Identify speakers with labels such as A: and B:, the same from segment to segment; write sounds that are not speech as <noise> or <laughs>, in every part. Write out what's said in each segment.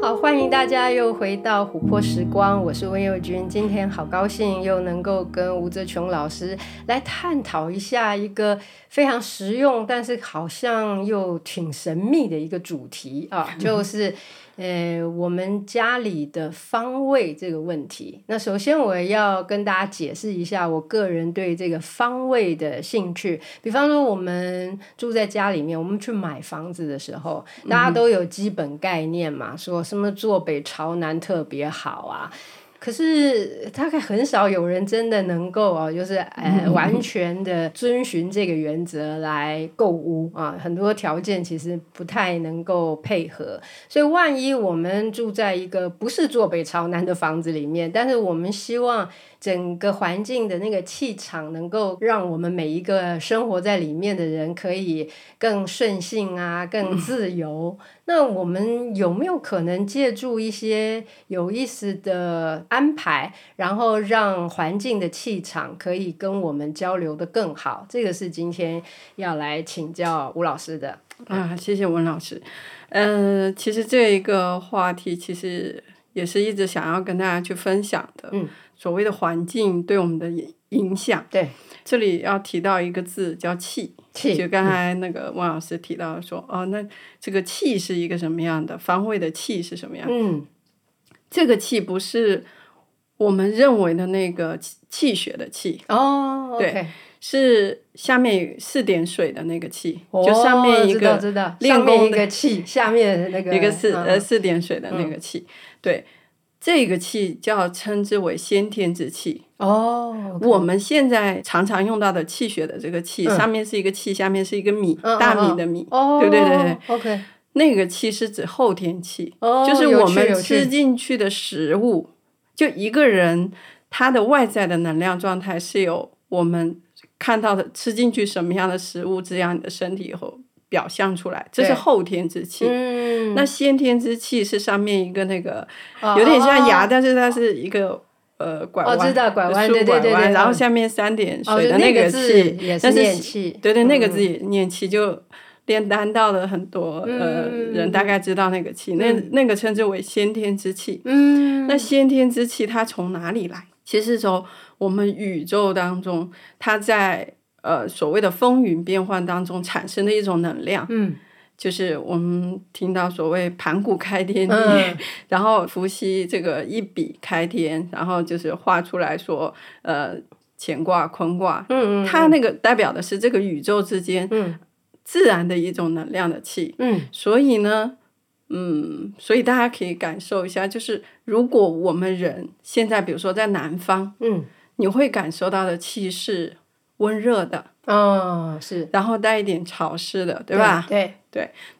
A: 好，欢迎大家又回到琥珀时光，我是温佑君。今天好高兴又能够跟吴泽琼老师来探讨一下一个非常实用，但是好像又挺神秘的一个主题啊，就是呃我们家里的方位这个问题。那首先我要跟大家解释一下我个人对这个方位的兴趣。比方说我们住在家里面，我们去买房子的时候，大家都有基本概念嘛，说什么坐北朝南特别好啊。可是大概很少有人真的能够啊，就是呃完全的遵循这个原则来购物啊，很多条件其实不太能够配合。所以万一我们住在一个不是坐北朝南的房子里面，但是我们希望整个环境的那个气场能够让我们每一个生活在里面的人可以更顺性啊，
B: 嗯
A: 更自由。那我们有没有可能借助一些有意思的安排，然后让环境的气场可以跟我们交流的更好？这个是今天要来请教吴老师的。
B: 啊，谢谢文老师。呃，其实这一个话题其实也是一直想要跟大家去分享的。
A: 嗯，
B: 所谓的环境对我们的影影响，
A: 对，
B: 这里要提到一个字叫气。
A: 气
B: 就刚才那个汪老师提到说，哦，那这个气是一个什么样的方位的气是什么样？
A: 嗯
B: 这个气不是我们认为的那个气气血的气，
A: 哦，
B: 对
A: OK
B: 是下面四点水的那个气，
A: 哦
B: 就上面一
A: 知道
B: 个
A: 知道，
B: 练
A: 上面
B: 功
A: 一
B: 的
A: 个气，下面那个
B: 一个四、
A: 嗯
B: 呃四点水的那个气，对，这个气叫称之为先天之气。
A: 哦，
B: 我们现在常常用到的气血的这个气，
A: 嗯
B: 上面是一个气，下面是一个米，
A: 嗯嗯
B: 大米的米，
A: 哦，
B: 对对对对，
A: ，OK，
B: 那个气是指后天气，
A: 哦，
B: 就是
A: 有
B: 我
A: 趣
B: 们
A: 有趣
B: 吃进去的食物，就一个人他的外在的能量状态是由我们看到的吃进去什么样的食物滋养你的身体以后表象出来，这是
A: 对
B: 后天之气。
A: 嗯，
B: 那先天之气是上面一个那个
A: 哦
B: 有点像牙，
A: 哦
B: 但是它是一个呃拐
A: 哦
B: 弯，
A: 知道拐弯
B: 竖
A: 对对对
B: 拐弯
A: 对
B: 然后
A: 嗯
B: 下面三点
A: 哦，
B: 水
A: 就
B: 的
A: 那
B: 个
A: 字
B: 气，
A: 也是
B: 但是
A: 念气，
B: 对对，那个
A: 嗯
B: 字也念气，就炼丹道的很多、呃
A: 嗯
B: 人大概知道那个气，那
A: 嗯
B: 那个称之为先天之气。
A: 嗯，
B: 那先天之气它从哪里来？其实从我们宇宙当中，它在呃所谓的风云变幻当中产生的一种能量，
A: 嗯
B: 就是我们听到所谓盘古开天地，
A: 嗯
B: <laughs> 然后伏羲这个一笔开天，然后就是画出来说呃乾卦、坤卦，
A: 嗯嗯，
B: 它那个代表的是这个宇宙之间
A: 嗯
B: 自然的一种能量的气。
A: 嗯
B: 所以呢，嗯，所以大家可以感受一下，就是如果我们人现在，比如说在南方，
A: 嗯，
B: 你会感受到的气是温热的，
A: 哦，是，
B: 然后带一点潮湿的，对吧？
A: 对，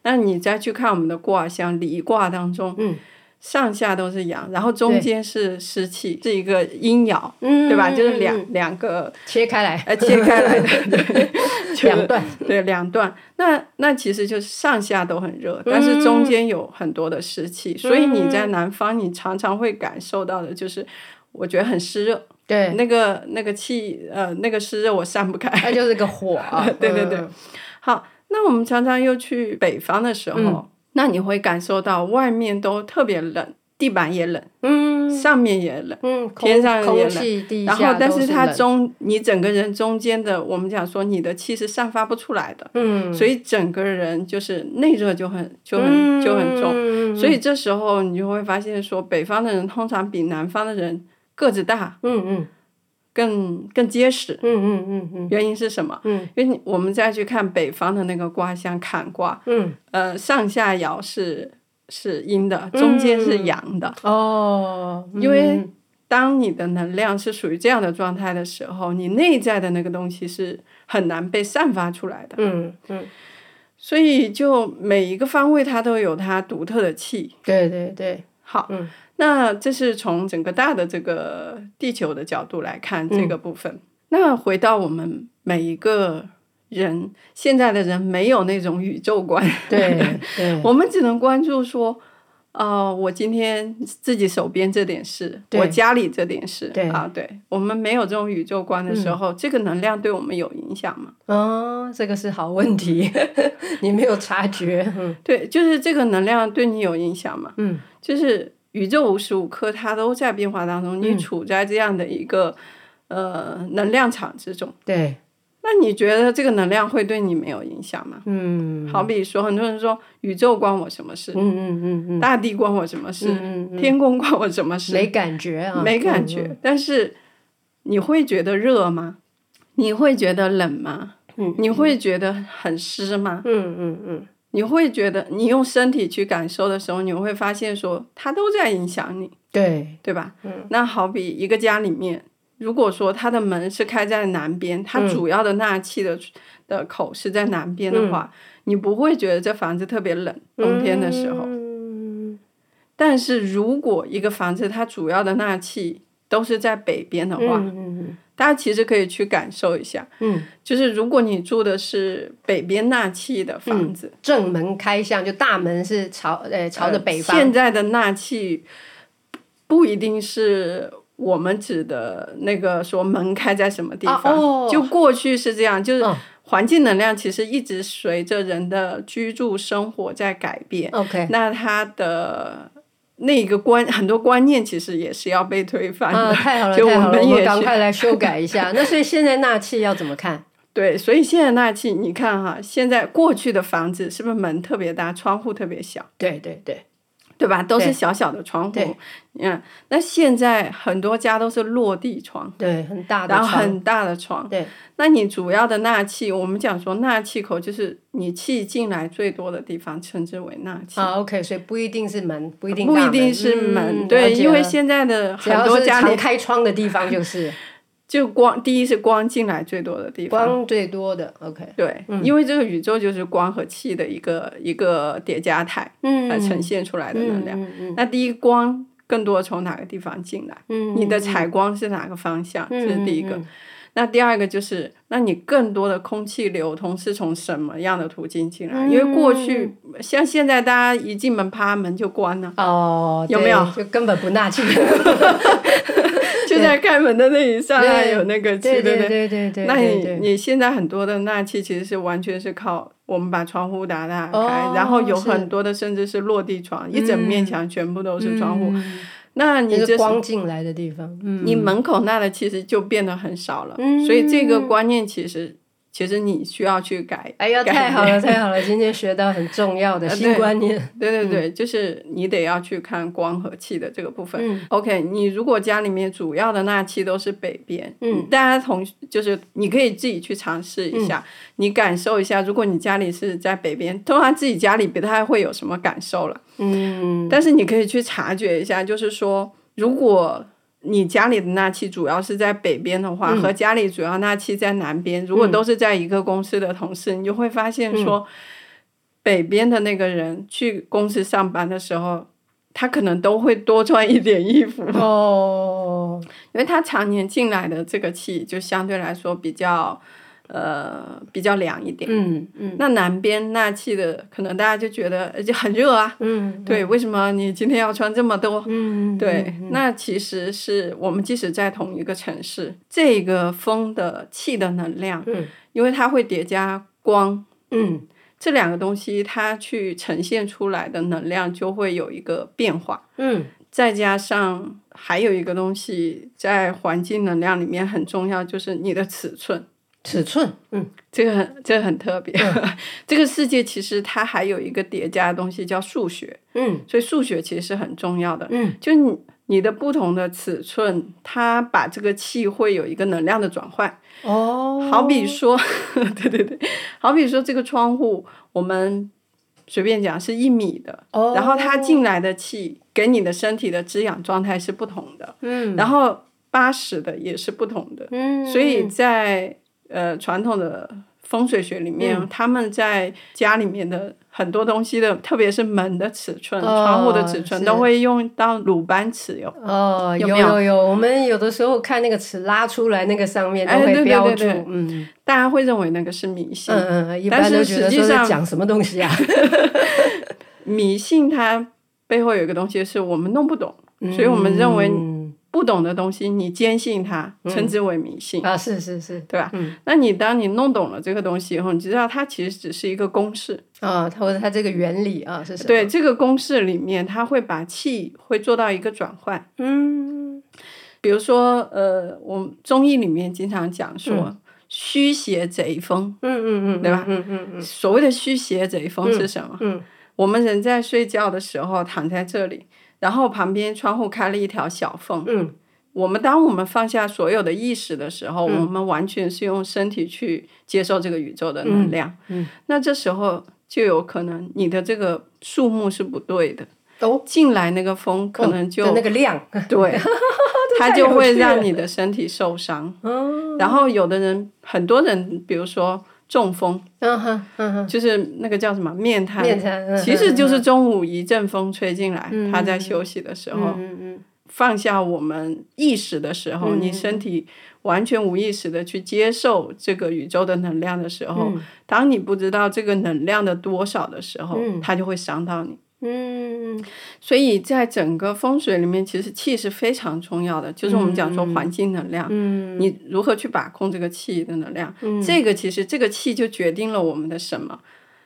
B: 那你再去看我们的卦象，离卦当中
A: 嗯
B: 上下都是阳，然后中
A: 对
B: 间是湿气，是一个阴爻，
A: 嗯，
B: 对吧？就是
A: 嗯嗯
B: 两两个
A: 切开来，
B: 呃切
A: <laughs>
B: 开来的，对，就是
A: 两
B: <laughs>
A: 段，
B: 对，两段。那那其实就是上下都很热，但是中间有很多的湿
A: 嗯
B: 气，所以你在南方，你常常会感受到的就是，我觉得很湿热，
A: 对，
B: 那个那个气，呃，那个湿热我散不开。
A: 那就是个火啊
B: <laughs> ，对对对
A: 嗯，
B: 好，那我们常常又去北方的时候，
A: 嗯
B: 那你会感受到外面都特别冷，地板也冷，
A: 嗯
B: 上面也冷。
A: 嗯，空
B: 天上也
A: 空
B: 冷
A: 气地
B: 然
A: 下
B: 后，但
A: 都
B: 是
A: 是
B: 它
A: 冷
B: 中你整个人中间的，我们讲说你的气是散发不出来的，
A: 嗯
B: 所以整个人就是内热就很就很就很重，
A: 重
B: 所以这时候你就会发现说，北方的人通常比南方的人个子大，
A: 嗯嗯
B: 更更结实。
A: 嗯嗯嗯嗯
B: 原因是什么？
A: 嗯
B: 因为你我们再去看北方的那个卦象，坎卦，
A: 嗯
B: 呃，上下爻是是阴的，中间是
A: 嗯
B: 阳的。
A: 哦，
B: 因为
A: 嗯
B: 当你的能量是属于这样的状态的时候，你内在的那个东西是很难被散发出来的。
A: 嗯嗯，
B: 所以，就每一个方位它都有它独特的气。
A: 对对对，
B: 好，
A: 嗯
B: 那这是从整个大的这个
A: 嗯
B: 地球的角度来看这个部分。那回到我们每一个人现在的人没有那种宇宙观，
A: 对对，
B: 我们只能关注说，呃，我今天自己手边这点事，
A: 对
B: 我家里这点事，
A: 对嗯
B: 啊，对，我们没有这种宇宙观的时候，这个能量对我们有影响吗？
A: <laughs> 哦，这个是好问题， <laughs> 你没有察觉，嗯
B: 对，就是这个能量对你有影响吗？
A: 嗯，
B: 就是宇宙无时无刻它都在变化当
A: 嗯
B: 中，你处在这样的一个、呃能量场之中，
A: 对，
B: 那你觉得这个能量会对你没有影响吗？
A: 嗯
B: 好比说，很多人说宇宙关我什么事
A: 嗯，嗯嗯嗯
B: 大地关我什么事，
A: 嗯嗯，
B: 天空关我什么事，
A: 没感觉啊，
B: 没感觉。
A: 嗯，
B: 但是你会觉得热吗？你会觉得冷吗？
A: 嗯
B: 你会觉得很湿吗？
A: 嗯嗯嗯
B: 你会觉得你用身体去感受的时候，你会发现说它都在影响你，
A: 嗯，对，
B: 对吧？
A: 嗯
B: 那好比一个家里面，如果说它的门是开在南边，
A: 嗯
B: 它主要的纳气的、的口是在南边
A: 嗯
B: 的话，你不会觉得这房子特别冷，冬天的时候。
A: 嗯
B: 但是如果一个房子它主要的纳气都是在北边的话，
A: 嗯
B: 大家其实可以去感受一下，
A: 嗯嗯，
B: 就是如果你住的是北边纳气的房子，
A: 正门开向就大门是朝呃嗯朝着北
B: 呃
A: 方，
B: 现在的纳气不一定是我们指的那个说门开在什么地
A: 啊
B: 方，
A: 哦
B: 就过去是这样，就是
A: 嗯
B: 环境能量其实一直随着人的居住生活在改变，
A: OK，
B: 那它的。那个观很多观念其实也是要被推翻的，
A: 啊，太好了，
B: <laughs> 就
A: 太好了，
B: 们
A: 我
B: 也
A: 们
B: 是
A: 赶快来修改一下。那所以现在纳气要怎么看？
B: 对，所以现在纳气，你看哈，现在过去的房子是不是门特别大，窗户特别小，
A: 对对对，
B: 对吧？都
A: 对
B: 是小小的窗户
A: 对。
B: 嗯，那现在很多家都是落地窗，
A: 对，很大的
B: 然后
A: 窗，
B: 很大的窗。
A: 对，
B: 那你主要的纳气，我们讲说纳气口就是你气进来最多的地方，称之为纳气。
A: 啊，OK，所以不一定是门，不一定
B: 不
A: 大
B: 一定是门，
A: 嗯
B: 对，
A: 了解
B: 因为
A: 了
B: 现在的
A: 只
B: 很
A: 要
B: 多
A: 是
B: 家
A: 常
B: 里
A: 开窗的地方就是
B: 就光，第一是光进来最多的 <laughs> 地方，
A: 光最多的，OK，嗯
B: 对，因为这个宇宙就是光和气的一个一个叠加态。
A: 嗯
B: 来呈现出来的能量。
A: 嗯嗯
B: 那第一光更多从哪个地方进来？
A: 嗯
B: 你的采光是哪个方向？这是第一个。
A: 嗯
B: 那第二个就是，那你更多的空气流通是从什么样的途径进来？
A: 嗯
B: 因为过去像现在，大家一进门啪门就
A: <laughs>
B: 关了，
A: 哦，
B: 有
A: 对
B: 没有
A: 就根本不纳气？
B: 就在开门的那一刹那
A: 对
B: 有
A: <laughs>
B: 那个气，
A: 对
B: 不
A: 对对对对，
B: 那
A: 对
B: 你
A: 对
B: 你现在很多的纳气其实是完全是靠我们把窗户打打开，
A: 哦
B: 然后有
A: 是嗯
B: 很多的甚至是落地窗，一整面墙全部都是窗户。那你
A: 那
B: 就是
A: 光进来的地方，嗯
B: 你门口那的其实就变得很少了，
A: 嗯
B: 所以这个观念其实其实你需要去改。
A: 哎呀，
B: <laughs> 改
A: 太
B: 变
A: 好了，太好了！今天学到很重要
B: <laughs>
A: 的
B: 呃
A: 新
B: 对
A: 观念。
B: 对对对，就是你得要去看光和气的这个部分。
A: 嗯
B: OK，你如果家里面主要的纳气都是北边，
A: 嗯，
B: 大家同就是你可以自己去尝试一下，你感受一下。如果你家里是在北边，通常自己家里不太会有什么感受了，
A: 嗯，
B: 但是你可以去察觉一下，就是说，如果你家里的纳气主要是在北边的话，和家里主要纳气在南边，如果都是在一个公司的同事，你就会发现说，北边的那个人去公司上班的时候，他可能都会多穿一点衣
A: 嗯
B: 服，
A: 哦，
B: 因为他常年进来的这个气就相对来说比较，呃，比较凉一点。
A: 嗯嗯
B: 那南边纳气的，可能大家就觉得呃就很热啊，
A: 嗯
B: 对，为什么你今天要穿这么多？
A: 嗯，
B: 对，那其实是我们即使在同一个城市，这个风的气的能量，
A: 嗯
B: 因为它会叠加光
A: 嗯
B: 这两个东西，它去呈现出来的能量就会有一个变化。
A: 嗯
B: 再加上还有一个东西在环境能量里面很重要，就是你的尺寸。
A: 尺寸，嗯
B: 这个很，这个很特别。 <laughs> 这个世界其实它还有一个叠加的东西叫数学，
A: 嗯
B: 所以数学其实是很重要的。
A: 嗯
B: 就你你的不同的尺寸，它把这个气会有一个能量的转换。
A: 哦，
B: 好比说， <laughs> 对对对，好比说这个窗户，我们随便讲是一米的，
A: 哦
B: 然后它进来的气给你的身体的滋养状态是不同的，
A: 嗯
B: 然后八十的也是不同的，
A: 嗯，
B: 所以在呃传统的。风水学里面，
A: 嗯
B: 他们在家里面的很多东西的，特别是门的尺寸、
A: 哦
B: 窗户的尺寸，
A: 是
B: 都会用到鲁班尺哟。
A: 哦，
B: 有
A: 有
B: 没有
A: 有有，我们有的时候看那个尺拉出来，那个上面都
B: 哎对
A: 会
B: 对
A: 标
B: 对
A: 注，
B: 对
A: 嗯
B: 大家会认为那个是迷信，
A: 嗯嗯，一
B: 但
A: 般
B: 是
A: 都觉得
B: 实际
A: 说在
B: 上
A: 讲什么东西啊？
B: 迷信它背后有一个东西是我们弄不懂， <laughs> 所以我们认为
A: 嗯
B: 不懂的东西你坚信它，称之为迷信。
A: 啊，是是是，
B: 对吧？那你当你弄懂了这个东西以后，你知道它其实只是一个公式，
A: 啊，它或者它这个原理啊是什么？
B: 对这个公式里面，它会把气会做到一个转换。
A: 嗯，
B: 比如说，呃，我们中医里面经常讲说“虚邪贼风
A: 嗯嗯嗯，
B: 对吧
A: 嗯嗯”，
B: 所谓的“虚邪贼风”是什么？
A: 嗯
B: 我们人在睡觉的时候躺在这里，然后旁边窗户开了一条小缝。
A: 嗯
B: 我们当我们放下所有的意识的时候，我们完全是用身体去接受这个宇宙的能量。
A: 嗯
B: 那这时候就有可能你的这个数目是不对的，
A: 哦
B: 进来那个风可能就、
A: 的那个 <laughs> 量，
B: <laughs> 对，它就会让你的身体受伤。
A: 嗯
B: 然后有的人，很多人，比如说中风，
A: 嗯哼嗯哼，
B: 就是那个叫什么面瘫，
A: 面瘫嗯
B: 其实就是中午一阵风吹进来，
A: 嗯
B: 他在休息的时候。
A: 嗯嗯
B: 放下我们意识的时候，
A: 嗯
B: 你身体完全无意识的去接受这个宇宙的能量的时候，
A: 嗯
B: 当你不知道这个能量的多少的时候，
A: 嗯
B: 它就会伤到你。
A: 嗯嗯
B: 所以在整个风水里面，其实气是非常重要的，就是我们讲说环境能量，
A: 嗯
B: 你如何去把控这个气的能量，这个其实这个气就决定了我们的什么，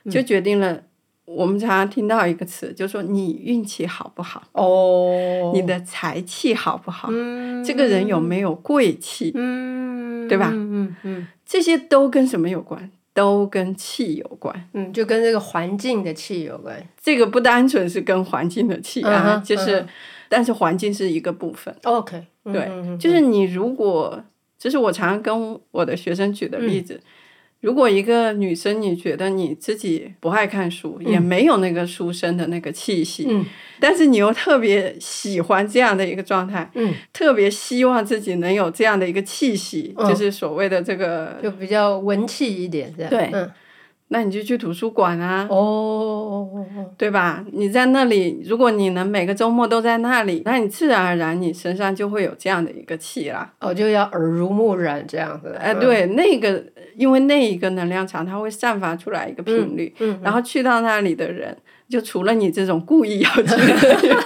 A: 嗯
B: 就决定了我们常常听到一个词，就说你运气好不好，
A: 哦，
B: 你的财气好不好，
A: 嗯
B: 这个人有没有贵气，
A: 嗯，
B: 对吧
A: 嗯嗯嗯
B: 这些都跟什么有关？都跟气有关。
A: 嗯，就跟这个环境的气有关。
B: 这个不单纯是跟环境的气
A: 嗯
B: 啊，
A: 哼
B: 就是，
A: 嗯
B: 但是环境是一个部分。
A: OK，
B: 对，
A: 嗯
B: 就是你如果，这是我常常跟我的学生举的例子。
A: 嗯
B: 如果一个女生，你觉得你自己不爱看书，也没有那个书生的那个气息，
A: 嗯
B: 但是你又特别喜欢这样的一个状态，
A: 嗯，
B: 特别希望自己能有这样的一个气息，
A: 嗯
B: 就是所谓的这个，
A: 就比较文气一点这样。
B: 对
A: 嗯，
B: 那你就去图书馆啊，
A: 哦哦哦哦，
B: 对吧？你在那里，如果你能每个周末都在那里，那你自然而然你身上就会有这样的一个气啦。
A: 哦，就要耳濡目染这样子。
B: 哎、
A: 嗯，
B: 对，那个因为那一个能量场，它会散发出来一个频率，
A: 嗯
B: 然后去到那里的人，就除了你这种故意要
A: <laughs>
B: 去的人，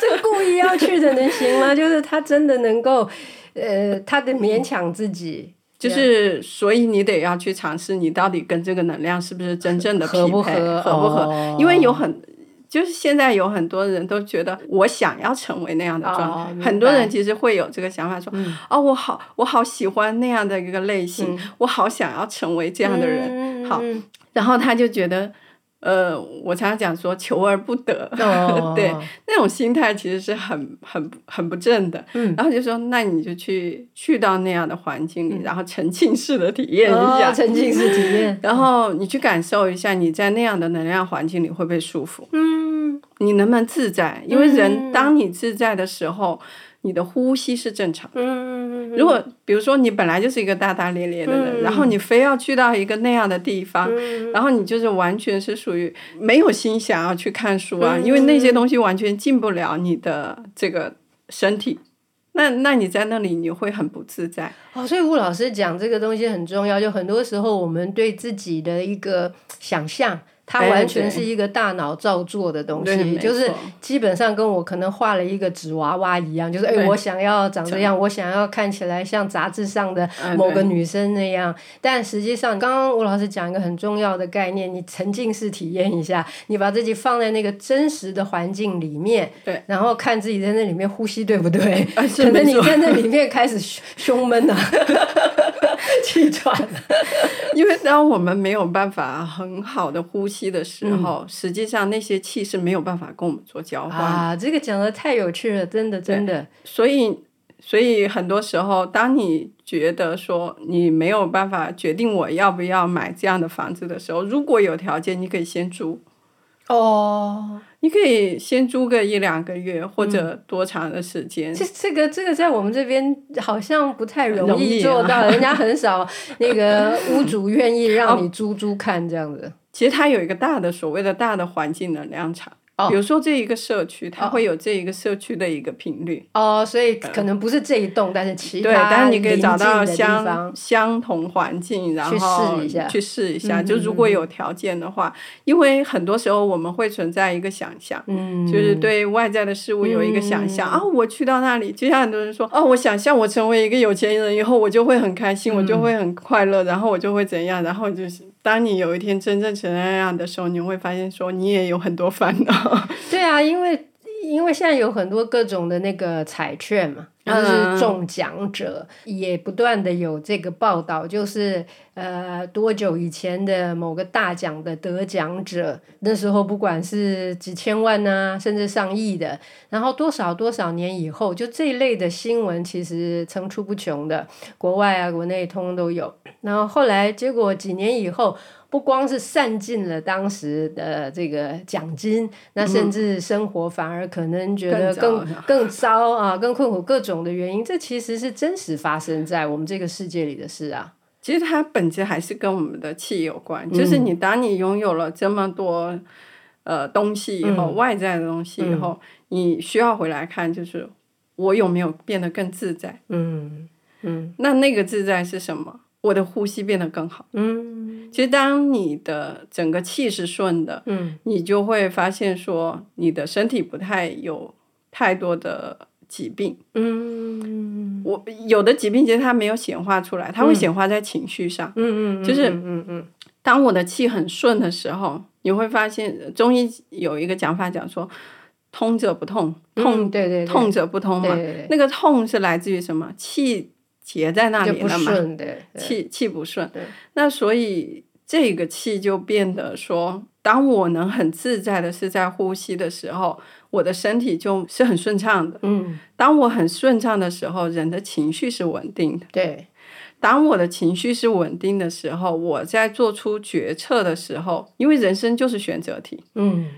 A: 这个故意要去的能行吗？ <laughs> 就是他真的能够，呃，他的勉强自己
B: 就是 <laughs> 所以你得要去尝试，你到底跟这个能量是不是真正的匹配，
A: 合不合
B: 合不合？
A: 哦
B: 因为有很。就是现在有很多人都觉得我想要成为那样的状态，
A: 哦明白嗯
B: 很多人其实会有这个想法说，哦，我好，我好喜欢那样的一个类型，我好想要成为
A: 这
B: 这样的人，好，
A: 嗯
B: 然后他就觉得，呃，我常常讲说求而不得，
A: <laughs> 哦
B: <laughs> 对，那种心态其实是很很很不正的。
A: 嗯
B: 然后就说，那你就去去到那样的环境里，然后沉浸式的体验一
A: 嗯
B: 下，
A: 哦沉浸式体验。
B: 然后你去感受一下你在那样的能量环境里会不会舒服，
A: 嗯
B: 你能不能自在？因为人
A: 嗯
B: 当你自在的时候，你的呼吸是正常的。
A: 嗯，
B: 如果比如说你本来就是一个大大咧咧的人，
A: 嗯
B: 然后你非要去到一个那样的地方，然后你就是完全是属于没有心想要去看书啊，
A: 嗯
B: 因为那些东西完全进不了你的这个身体。那那你在那里你会很不自在，
A: 哦，所以吴老师讲这个东西很重要，就很多时候我们对自己的一个想象。它
B: 哎
A: 完全
B: 对
A: 是一个大脑造作的东
B: 对
A: 西，
B: 没
A: 就是
B: 错
A: 基本上跟我可能画了一个纸娃娃一样，就是哎、
B: 对
A: 我想要长这样，我想要看起来像杂志上的
B: 嗯
A: 某个
B: 对
A: 女生那样。但实际上，刚刚吴老师讲一个很重要的概念，你沉浸式体验一下，你把自己放在那个真实的环境里面，
B: 对，
A: 然后看自己在那里面呼吸对不对？
B: 哎是
A: 可能
B: 没
A: 你
B: 错
A: 在那里面开始胸胸闷了、 <laughs> 气喘
B: <laughs>
A: 了。
B: 因为当我们没有办法很好的呼吸的时
A: 嗯
B: 候，实际上那些气是没有办法跟我们做交换的。
A: 啊，这个讲的太有趣了，真的真的，
B: 所以，所以很多时候，当你觉得说你没有办法决定我要不要买这样的房子的时候，如果有条件，你可以先租。
A: 哦，
B: 你可以先租个一两个月或者多长的时间。
A: 这这个这个在我们这边好像不太容
B: 容
A: 易
B: 易
A: 做
B: 啊
A: 到，人家很
B: <laughs>
A: 少那个屋主愿意
B: 哦
A: 让你租租看这样子。
B: 其实它有一个大的所谓的大的环境能量场，
A: 哦
B: 比如说这一个社区，它会有这一个社区的一个频率。
A: 哦，所以可能不是这一栋，但是其
B: 对，
A: 他
B: 但是
A: 邻
B: 你可以
A: 近
B: 找到
A: 的地方
B: 相相同环境，然
A: 去试
B: 后
A: 一下嗯
B: 去试一下就如果有条件的话，因为很多时候我们会存在一个想象，
A: 嗯，
B: 就是对外在的事物有一个想象、
A: 嗯
B: 啊，我去到那里，就像很多人说，哦，我想象我成为一个有钱人以后，我就会很开心，我
A: 嗯
B: 就会很快乐，然后我就会怎样，然后就是当你有一天真正成那样的时候，你会发现说你也有很多烦恼，
A: 对啊，因为因为现在有很多各种的那个彩券嘛，就
B: 嗯
A: 是中奖者、也不断的有这个报道，就是呃多久以前的某个大奖的得奖者，那时候不管是几千万呐、甚至上亿的，然后多少多少年以后，就这一类的新闻其实层出不穷的，国外啊、国内通通都有。然后后来结果几年以后，不光是散尽了当时的这个奖金，那甚至生活反而可能觉得
B: 更糟
A: 更更糟啊，更困苦，各种的原因，这其实是真实发生在我们这个世界里的事啊。
B: 其实它本质还是跟我们的气有关，就是
A: 嗯
B: 你当你拥有了这么多呃东西以后，
A: 嗯
B: 外在的东西以后，你需要回来看，就是我有没有变得更自在？
A: 嗯嗯
B: 那那个自在是什么？我的呼吸变得更好。
A: 嗯
B: 其实当你的整个气是顺的，
A: 嗯
B: 你就会发现说你的身体不太有太多的疾病。
A: 嗯
B: 我有的疾病其实它没有显化出来，它会显化在情绪上。
A: 嗯嗯，
B: 就是
A: 嗯嗯
B: 当我的气很顺的时候，你会发现中医有一个讲法讲说，通者不痛，
A: 嗯
B: 痛、
A: 对对对
B: 痛者不通
A: 对
B: 嘛。
A: 对
B: 那个痛是来自于什么？气结在那
A: 对，就
B: 里
A: 不
B: 了嘛，
A: 顺对对
B: 气气不顺
A: 对。
B: 那所以这个气就变得说，当我能很自在的是在呼吸的时候，我的身体就是很顺畅的。
A: 嗯
B: 当我很顺畅的时候，人的情绪是稳定的。
A: 对
B: 当我的情绪是稳定的时候，我在做出决策的时候，因为人生就是选择题，
A: 嗯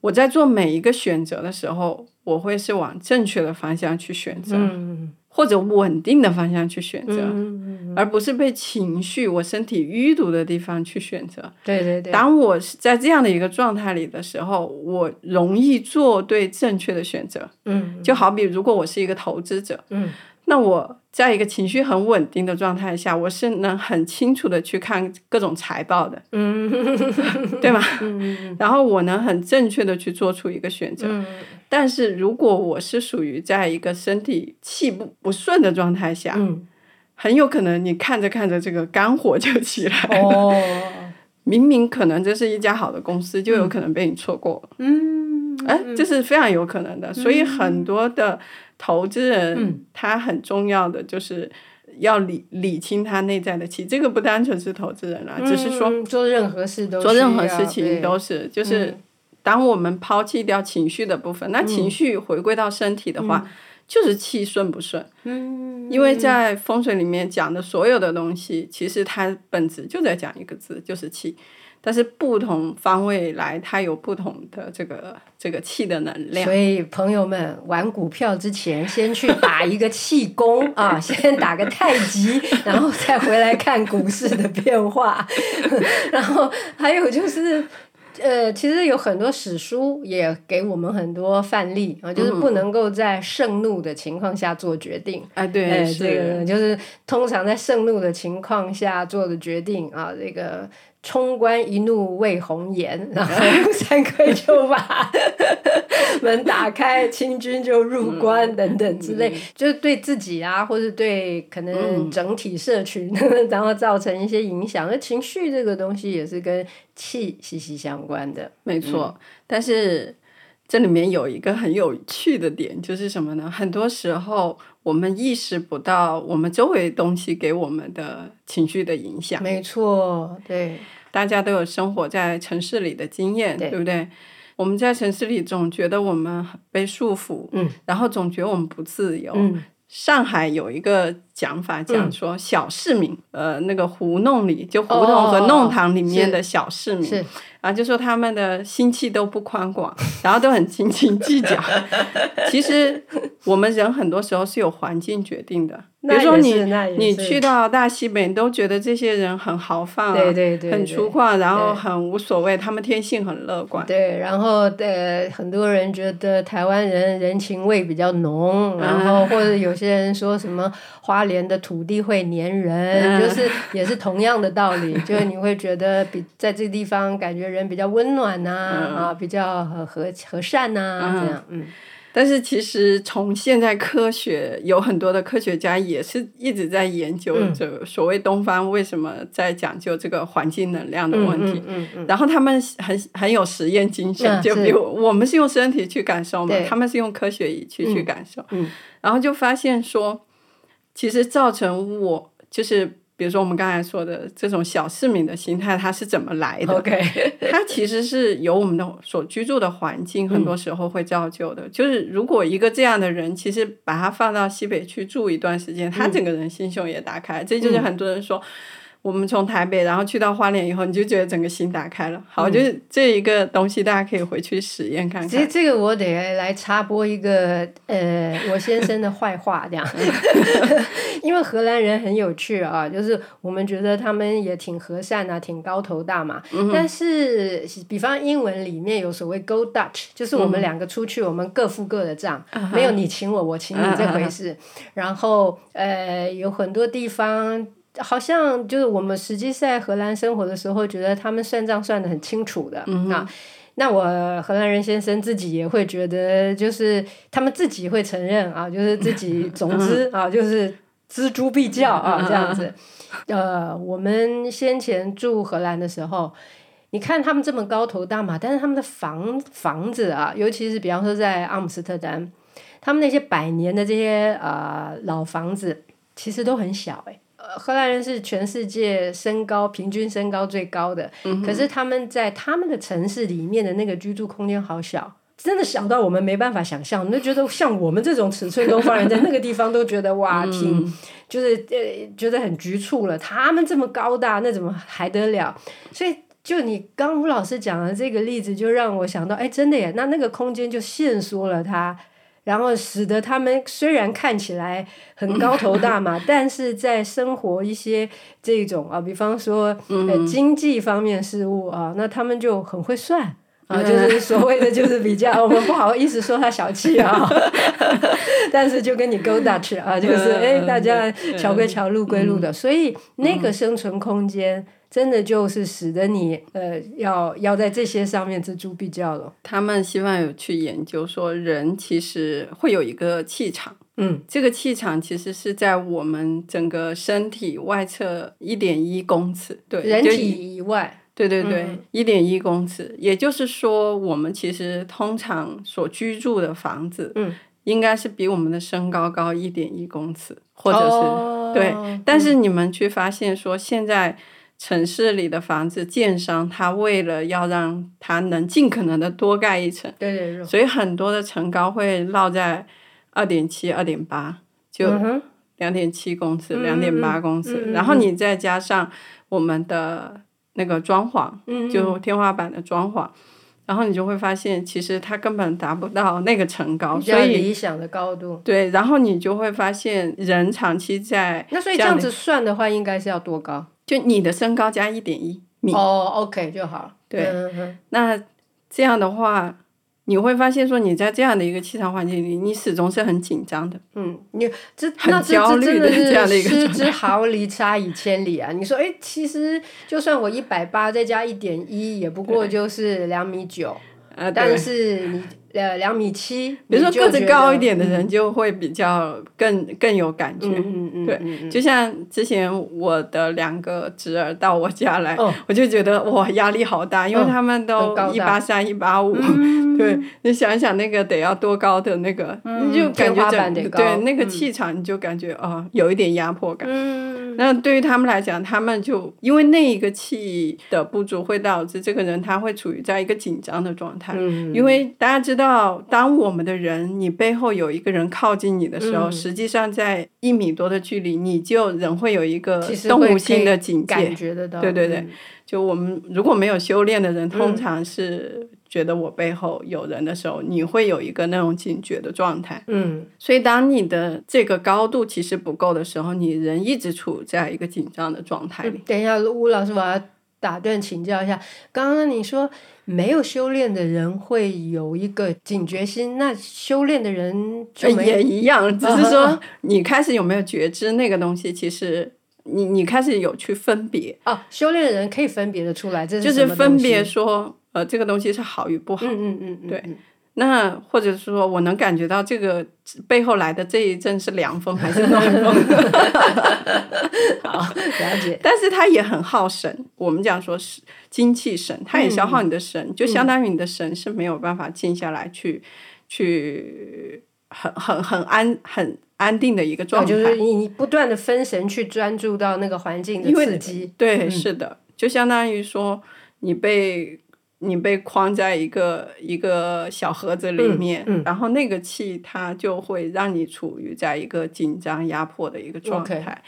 B: 我在做每一个选择的时候，我会是往正确的方向去选择，
A: 嗯
B: 或者稳定的方向去选择，
A: 嗯
B: 而不是被情绪、我身体淤堵的地方去选择。
A: 对对对
B: 当我是在这样的一个状态里的时候，我容易做对正确的选择。
A: 嗯
B: 就好比如果我是一个投资者，
A: 嗯
B: 那我在一个情绪很稳定的状态下，我是能很清楚的去看各种财报的，嗯，对吧？嗯，然后我能很正确的去做出一个选择。
A: 嗯
B: 但是如果我是属于在一个身体气不不顺的状态下， <laughs>
A: 嗯
B: 很有可能你看着看着这个肝火就起来了，
A: 哦
B: 明明可能这是一家好的公司，就有可能被你错过了。
A: 嗯
B: 哎，这是非常有可能的。所以很多的投资人，
A: 嗯
B: 他很重要的就是要理理清他内在的气。这个不单纯是投资人啦，啊只是说
A: 嗯做任何事都
B: 做任何
A: 需要
B: 事情
A: 对嗯
B: 都是，就是当我们抛弃掉情绪的部
A: 嗯
B: 分，那情绪回归到身体的话，就是气顺不顺。
A: 嗯
B: 因为在风水里面讲的所有的东西，其实它本质就在讲一个字，就是气。但是不同方位来，它有不同的这个这个气的能量。
A: 所以朋友们玩股票之前，先去打一个气功 <laughs> 啊，先打个太极， <laughs> 然后再回来看股市的变化。 <laughs> 然后还有就是。呃，其实有很多史书也给我们很多范例啊，就是
B: 嗯
A: 不能够在盛怒的情况下做决定。
B: 哎，
A: 哎
B: 对，
A: 这个
B: 是
A: 呢就是通常在盛怒的情况下做的决定啊，这个冲冠一怒为红颜，然后
B: <laughs>
A: 三跪就把 <laughs> 门打开，清军就入
B: 嗯
A: 关等等之类，就是对自己啊，或是对可能
B: 嗯
A: 整体社群， <laughs> 然后造成一些影响。而情绪这个东西也是跟气息息相关的。
B: 没错。
A: 嗯
B: 但是这里面有一个很有趣的点，就是什么呢？很多时候我们意识不到我们周围东西给我们的情绪的影响。
A: 没错，对，
B: 大家都有生活在城市里的经验，
A: 对
B: 对不对？我们在城市里总觉得我们被束缚，
A: 嗯，
B: 然后总觉得我们不自由。
A: 嗯
B: 上海有一个讲法讲说小市民，呃，那个胡弄里
A: 哦
B: 就胡同和弄堂里面的小市民，
A: 是
B: 然后啊就说他们的心气都不宽广，然后都很斤斤计较。 <laughs> 其实我们人很多时候是有环境决定的，比
A: 那
B: 如说
A: 也
B: 你
A: 是那也
B: 你
A: 是
B: 去到大西北，你都觉得这些人很豪放、啊，
A: 对对对
B: 很
A: 对
B: 粗犷，然后
A: 对
B: 很无所谓，他们天性很乐观。
A: 对，然后呃，很多人觉得台湾人人情味比较浓，然后
B: 嗯
A: 或者有些人说什么花莲的土地会粘人，
B: 嗯
A: 就是也是同样的道理，就是你会觉得比在这地方感觉人比较温暖呐、啊，
B: 嗯
A: 比较和和和善呐、这样，嗯，
B: 但是其实从现在科学有很多的科学家也是一直在研究
A: 嗯
B: 这所谓东方为什么在讲究这个环境能量的问题。
A: 嗯嗯嗯，
B: 然后他们很很有实验精神，
A: 嗯
B: 就是比如我们是用身体去感受嘛
A: 对，
B: 他们是用科学仪器去感受，
A: 嗯
B: 然后就发现说，其实造成我就是比如说我们刚才说的这种小市民的心态，它是怎么来的
A: OK，
B: <laughs> 它其实是由我们的所居住的环境，很
A: 嗯
B: 多时候会造就的。就是如果一个这样的人，其实把他放到西北去住一段时
A: 嗯
B: 间，他整个人心胸也打开。这就是很多人说，我们从台北然后去到花莲以后，你就觉得整个心打开了。好，就是这一个东西，大家可以回去实验看
A: 嗯其实
B: 看。
A: 这个我得来插播一个呃，我先生的坏话，
B: <laughs>
A: 这样， <laughs> 因为荷兰人很有趣啊，就是我们觉得他们也挺和善啊，挺高头大嘛。
B: 嗯
A: 但是，比方英文里面有所谓 “go Dutch”，就是我
B: 嗯
A: 们两个出去，我们各付各的账，
B: 啊
A: 没有你请我，我请你这回事。然后，呃，有很多地方。好像就是我们实际在荷兰生活的时候，觉得他们算账算的很清楚的、
B: 嗯
A: 啊。那我荷兰人先生自己也会觉得，就是他们自己会承认啊，就是自己，总之啊，就是锱铢必较啊，这样子。呃，我们先前住荷兰的时候，你看他们这么高头大马，但是他们的房房子啊，尤其是比方说在阿姆斯特丹，他们那些百年的这些呃老房子，其实都很小哎、呃，荷兰人是全世界身高平均身高最高的，可是他们在他们的城市里面的那个居住空间好小，真的小到我们没办法想象。你就觉得像我们这种尺寸东方人，在那个地方都觉得哇，挺就是呃觉得很局促了。他们这么高大，那怎么还得了？所以。就你刚吴老师讲的这个例子，就让我想到，哎，真的耶，那那个空间就限缩了它，然后使得他们虽然看起来很高头大
B: <laughs>
A: 马，但是在生活一些这种啊，比方说
B: 嗯
A: 呃经济方面事务啊，那他们就很会算。
B: 嗯
A: 啊，就是所谓的就是比
B: <laughs>
A: 较，我们不好意思说他小气啊，但是就跟你 go Dutch 啊，就是
B: 嗯
A: 哎，大家桥归桥，路归路的，所以那个生存空间真的就是使得你呃要要在这些上面锱铢必较了。
B: 他们希望有去研究说，人其实会有一个气场。
A: 嗯，
B: 这个气场其实是在我们整个身体外侧一点一公尺，对，
A: 人
B: 就
A: 体以外，
B: 对对对，
A: 嗯
B: 一点一公尺，也就是说，我们其实通常所居住的房子，
A: 嗯，
B: 应该是比我们的身高高一点一公尺，或者是、
A: 哦
B: 对。但是你们去发现说，现在城市里的房子，建商他为了要让它能尽可能的多盖一层，
A: 对对对，
B: 所以很多的层高会落在二点七、二点八，就
A: 嗯哼，
B: 两点七公尺、
A: 嗯
B: 两点八公尺，然后你再加上我们的那个装潢，
A: 嗯
B: 就天花板的装潢，然后你就会发现，其实它根本达不到那个层高，
A: 比
B: 所
A: 较
B: 以
A: 理想的高度。
B: 对，然后你就会发现，人长期在
A: 那所以这样子算的话，应该是要多高？
B: 就你的身高加一点一米，
A: 哦，OK 就好。
B: 对
A: 嗯嗯
B: 那这样的话，你会发现说你在这样的一个气场环境里，你始终是很紧张的。
A: 嗯，你这
B: 很
A: 那这
B: 焦
A: 这
B: 虑
A: 真
B: 的这样的
A: 是
B: 一个
A: 失
B: 状
A: 之毫厘，差以千里啊！你说，哎，其实就算我一百八再加一点一，也不过就是两米九，
B: 呃，对
A: 但是你呃两米七，
B: 比如说
A: 你就
B: 个子
A: 觉
B: 高
A: 得
B: 一，点的人就会比较更更有感觉。
A: 嗯嗯嗯，
B: 对，就像之前我的两个侄儿到我家来，
A: 哦嗯
B: 我就觉得哇压力好大，因为他们
A: 很
B: 都
A: 高大嗯
B: 一八三、一八五，对你想一想那个得要多高的那个，你就感
A: 天花
B: 觉
A: 板
B: 整
A: 得高
B: 对那个气场，你就感觉啊、哦有一点压迫感。
A: 嗯
B: 那对于他们来讲，他们就因为那一个气的不足，会导致这个人他会处于在一个紧张的状态。
A: 嗯，
B: 因为大家知道，当我们的人，你背后有一个人靠近你的时候，
A: 嗯
B: 实际上在一米多的距离，你就人会有一个
A: 其实
B: 动
A: 会
B: 物性
A: 可以
B: 的警戒
A: 感。觉得到。
B: 对对对
A: 嗯，
B: 就我们如果没有修炼的人，通常是觉得我背后有人的时候，你会有一个那种警觉的状态。
A: 嗯，
B: 所以，当你的这个高度其实不够的时候，你人一直处在一个紧张的状态里。
A: 等一下，吴老师，我要打断请教一下，刚刚你说没有修炼的人会有一个警觉心，那修炼的人就没
B: 呃也一样，只是
A: 啊
B: 说 <laughs> 你开始有没有觉知那个东西，其实你你开始有去分别，
A: 哦，修炼的人可以分别的出来，这
B: 就是是
A: 什么东
B: 分
A: 西
B: 别，说，呃，这个东西是好与不好。
A: 嗯嗯嗯嗯， <laughs> 对，
B: 那或者是说我能感觉到这个背后来的这一阵是凉风还是
A: <laughs>
B: 暖风，
A: 好，了解，
B: 但是它也很耗神。我们讲说是精气神，它也消
A: 嗯
B: 耗你的神，就相当于你的神是没有办法静下来去、去很很很安很安定的一个状态。
A: 啊就是你你不断的分神去专注到那个环境的
B: 因为
A: 刺激，嗯
B: 对，是的，就相当于说你被你被框在一个一个小盒子
A: 嗯
B: 里面，然后那个气它就会让你处于在一个紧张压迫的一个状
A: OK，嗯
B: 态。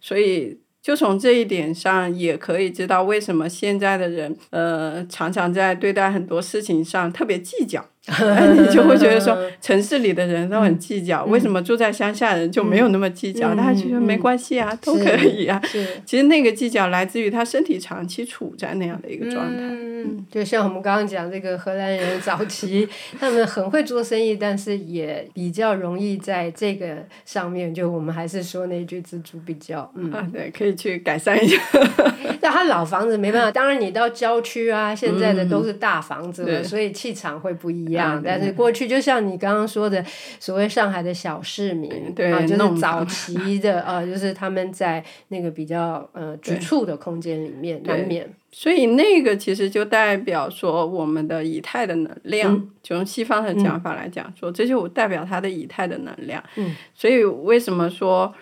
B: 所以就从这一点上，也可以知道为什么现在的人呃常常在对待很多事情上特别
A: <laughs>
B: 计较。哎你就会觉得说，城市里的人都很计较，为什么住在乡下人就没有那么计较？
A: 嗯
B: 大家觉得
A: 嗯
B: 没
A: 嗯
B: 关系啊，都
A: 是
B: 可以啊。
A: 是。
B: 其实那个计较来自于他身体长期处在那样的一个状态。
A: 嗯，就像我们刚刚讲这个荷兰人早期， <laughs> 他们很会做生意，但是也比较容易在这个上面，就我们还是说那句锱铢必较，嗯，
B: 啊，对，可以去改善一下。 <laughs>
A: 但他老房子没办法，当然你到郊区啊，现在的都是大房子了，
B: 嗯对
A: 所以气场会不一样
B: 啊。对
A: 但是过去就像你刚刚说的，所谓上海的小市民，
B: 对
A: 啊，就
B: 弄
A: 是早
B: 堂
A: 期的呃，就是他们在那个比较呃局促的空间里面，
B: 对
A: 难免
B: 所以那个其实就代表说我们的以太的能量，
A: 嗯
B: 就用西方的讲法来讲说，这就代表它的以太的能量。
A: 嗯，
B: 所以为什么说，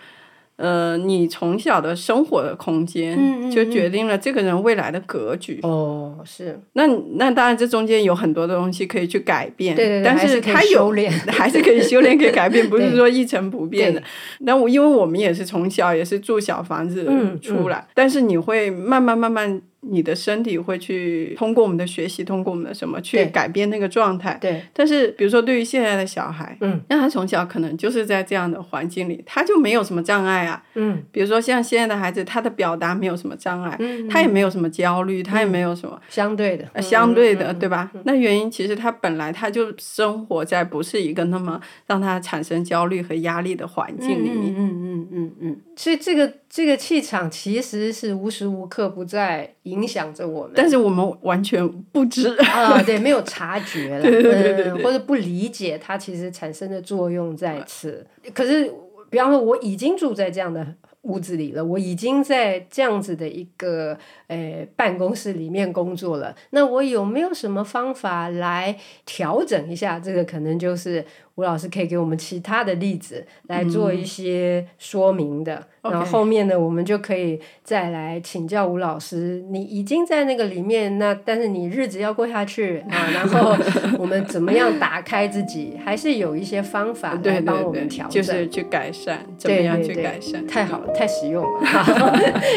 B: 呃，你从小的生活的
A: 嗯
B: 空
A: 嗯
B: 间
A: 嗯
B: 就决定了这个人未来的格局。
A: 哦，是
B: 那那当然，这中间有很多的东西可以去改变，
A: 对对对，
B: 但
A: 还是可以
B: 它有
A: 修炼，
B: <laughs> 还是可以修炼，可以改变，不是说一成不变的
A: 对。
B: 那我因为我们也是从小也是住小房子
A: 嗯
B: 出来，但是你会慢慢慢慢，你的身体会去通过我们的学习，通过我们的什么去
A: 对
B: 改变那个状态。
A: 对，
B: 但是，比如说对于现在的小孩，
A: 嗯，
B: 那他从小可能就是在这样的环境里，他就没有什么障碍啊。
A: 嗯
B: 比如说像现在的孩子，他的表达没有什么障碍，
A: 嗯，
B: 他也没有什么焦虑，他也没有什么。
A: 相对的，嗯
B: 呃，相对
A: 嗯
B: 的，对吧？那原因其实他本来他就生活在不是一个那么让他产生焦虑和压力的环境里面。
A: 嗯嗯嗯嗯嗯嗯，所以这个这个气场其实是无时无刻不在影响着我们。
B: <laughs> 但是我们完全不知，
A: 啊，对，没有察觉了，
B: 对对对对
A: 嗯，
B: 对
A: 或者不理解它其实产生的作用在此。可是，比方说，我已经住在这样的屋子里了，我已经在这样子的一个呃办公室里面工作了，那我有没有什么方法来调整一下？这个可能就是吴老师可以给我们其他的例子来做一些说明的，
B: OK
A: 然后后面呢，我们就可以再来请教吴老师。你已经在那个里面，那但是你日子要过下去啊，然后我们怎么样打开自己，还是有一些方法来
B: 对
A: 帮我
B: 对
A: 们
B: 对
A: 调，整。
B: 就是去改善，怎么
A: 对
B: 样
A: 对
B: 去
A: 对
B: 改善？
A: <laughs> 太好了，太实用了，好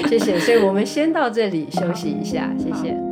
A: 谢谢。所以我们先到这里休息一下，谢谢。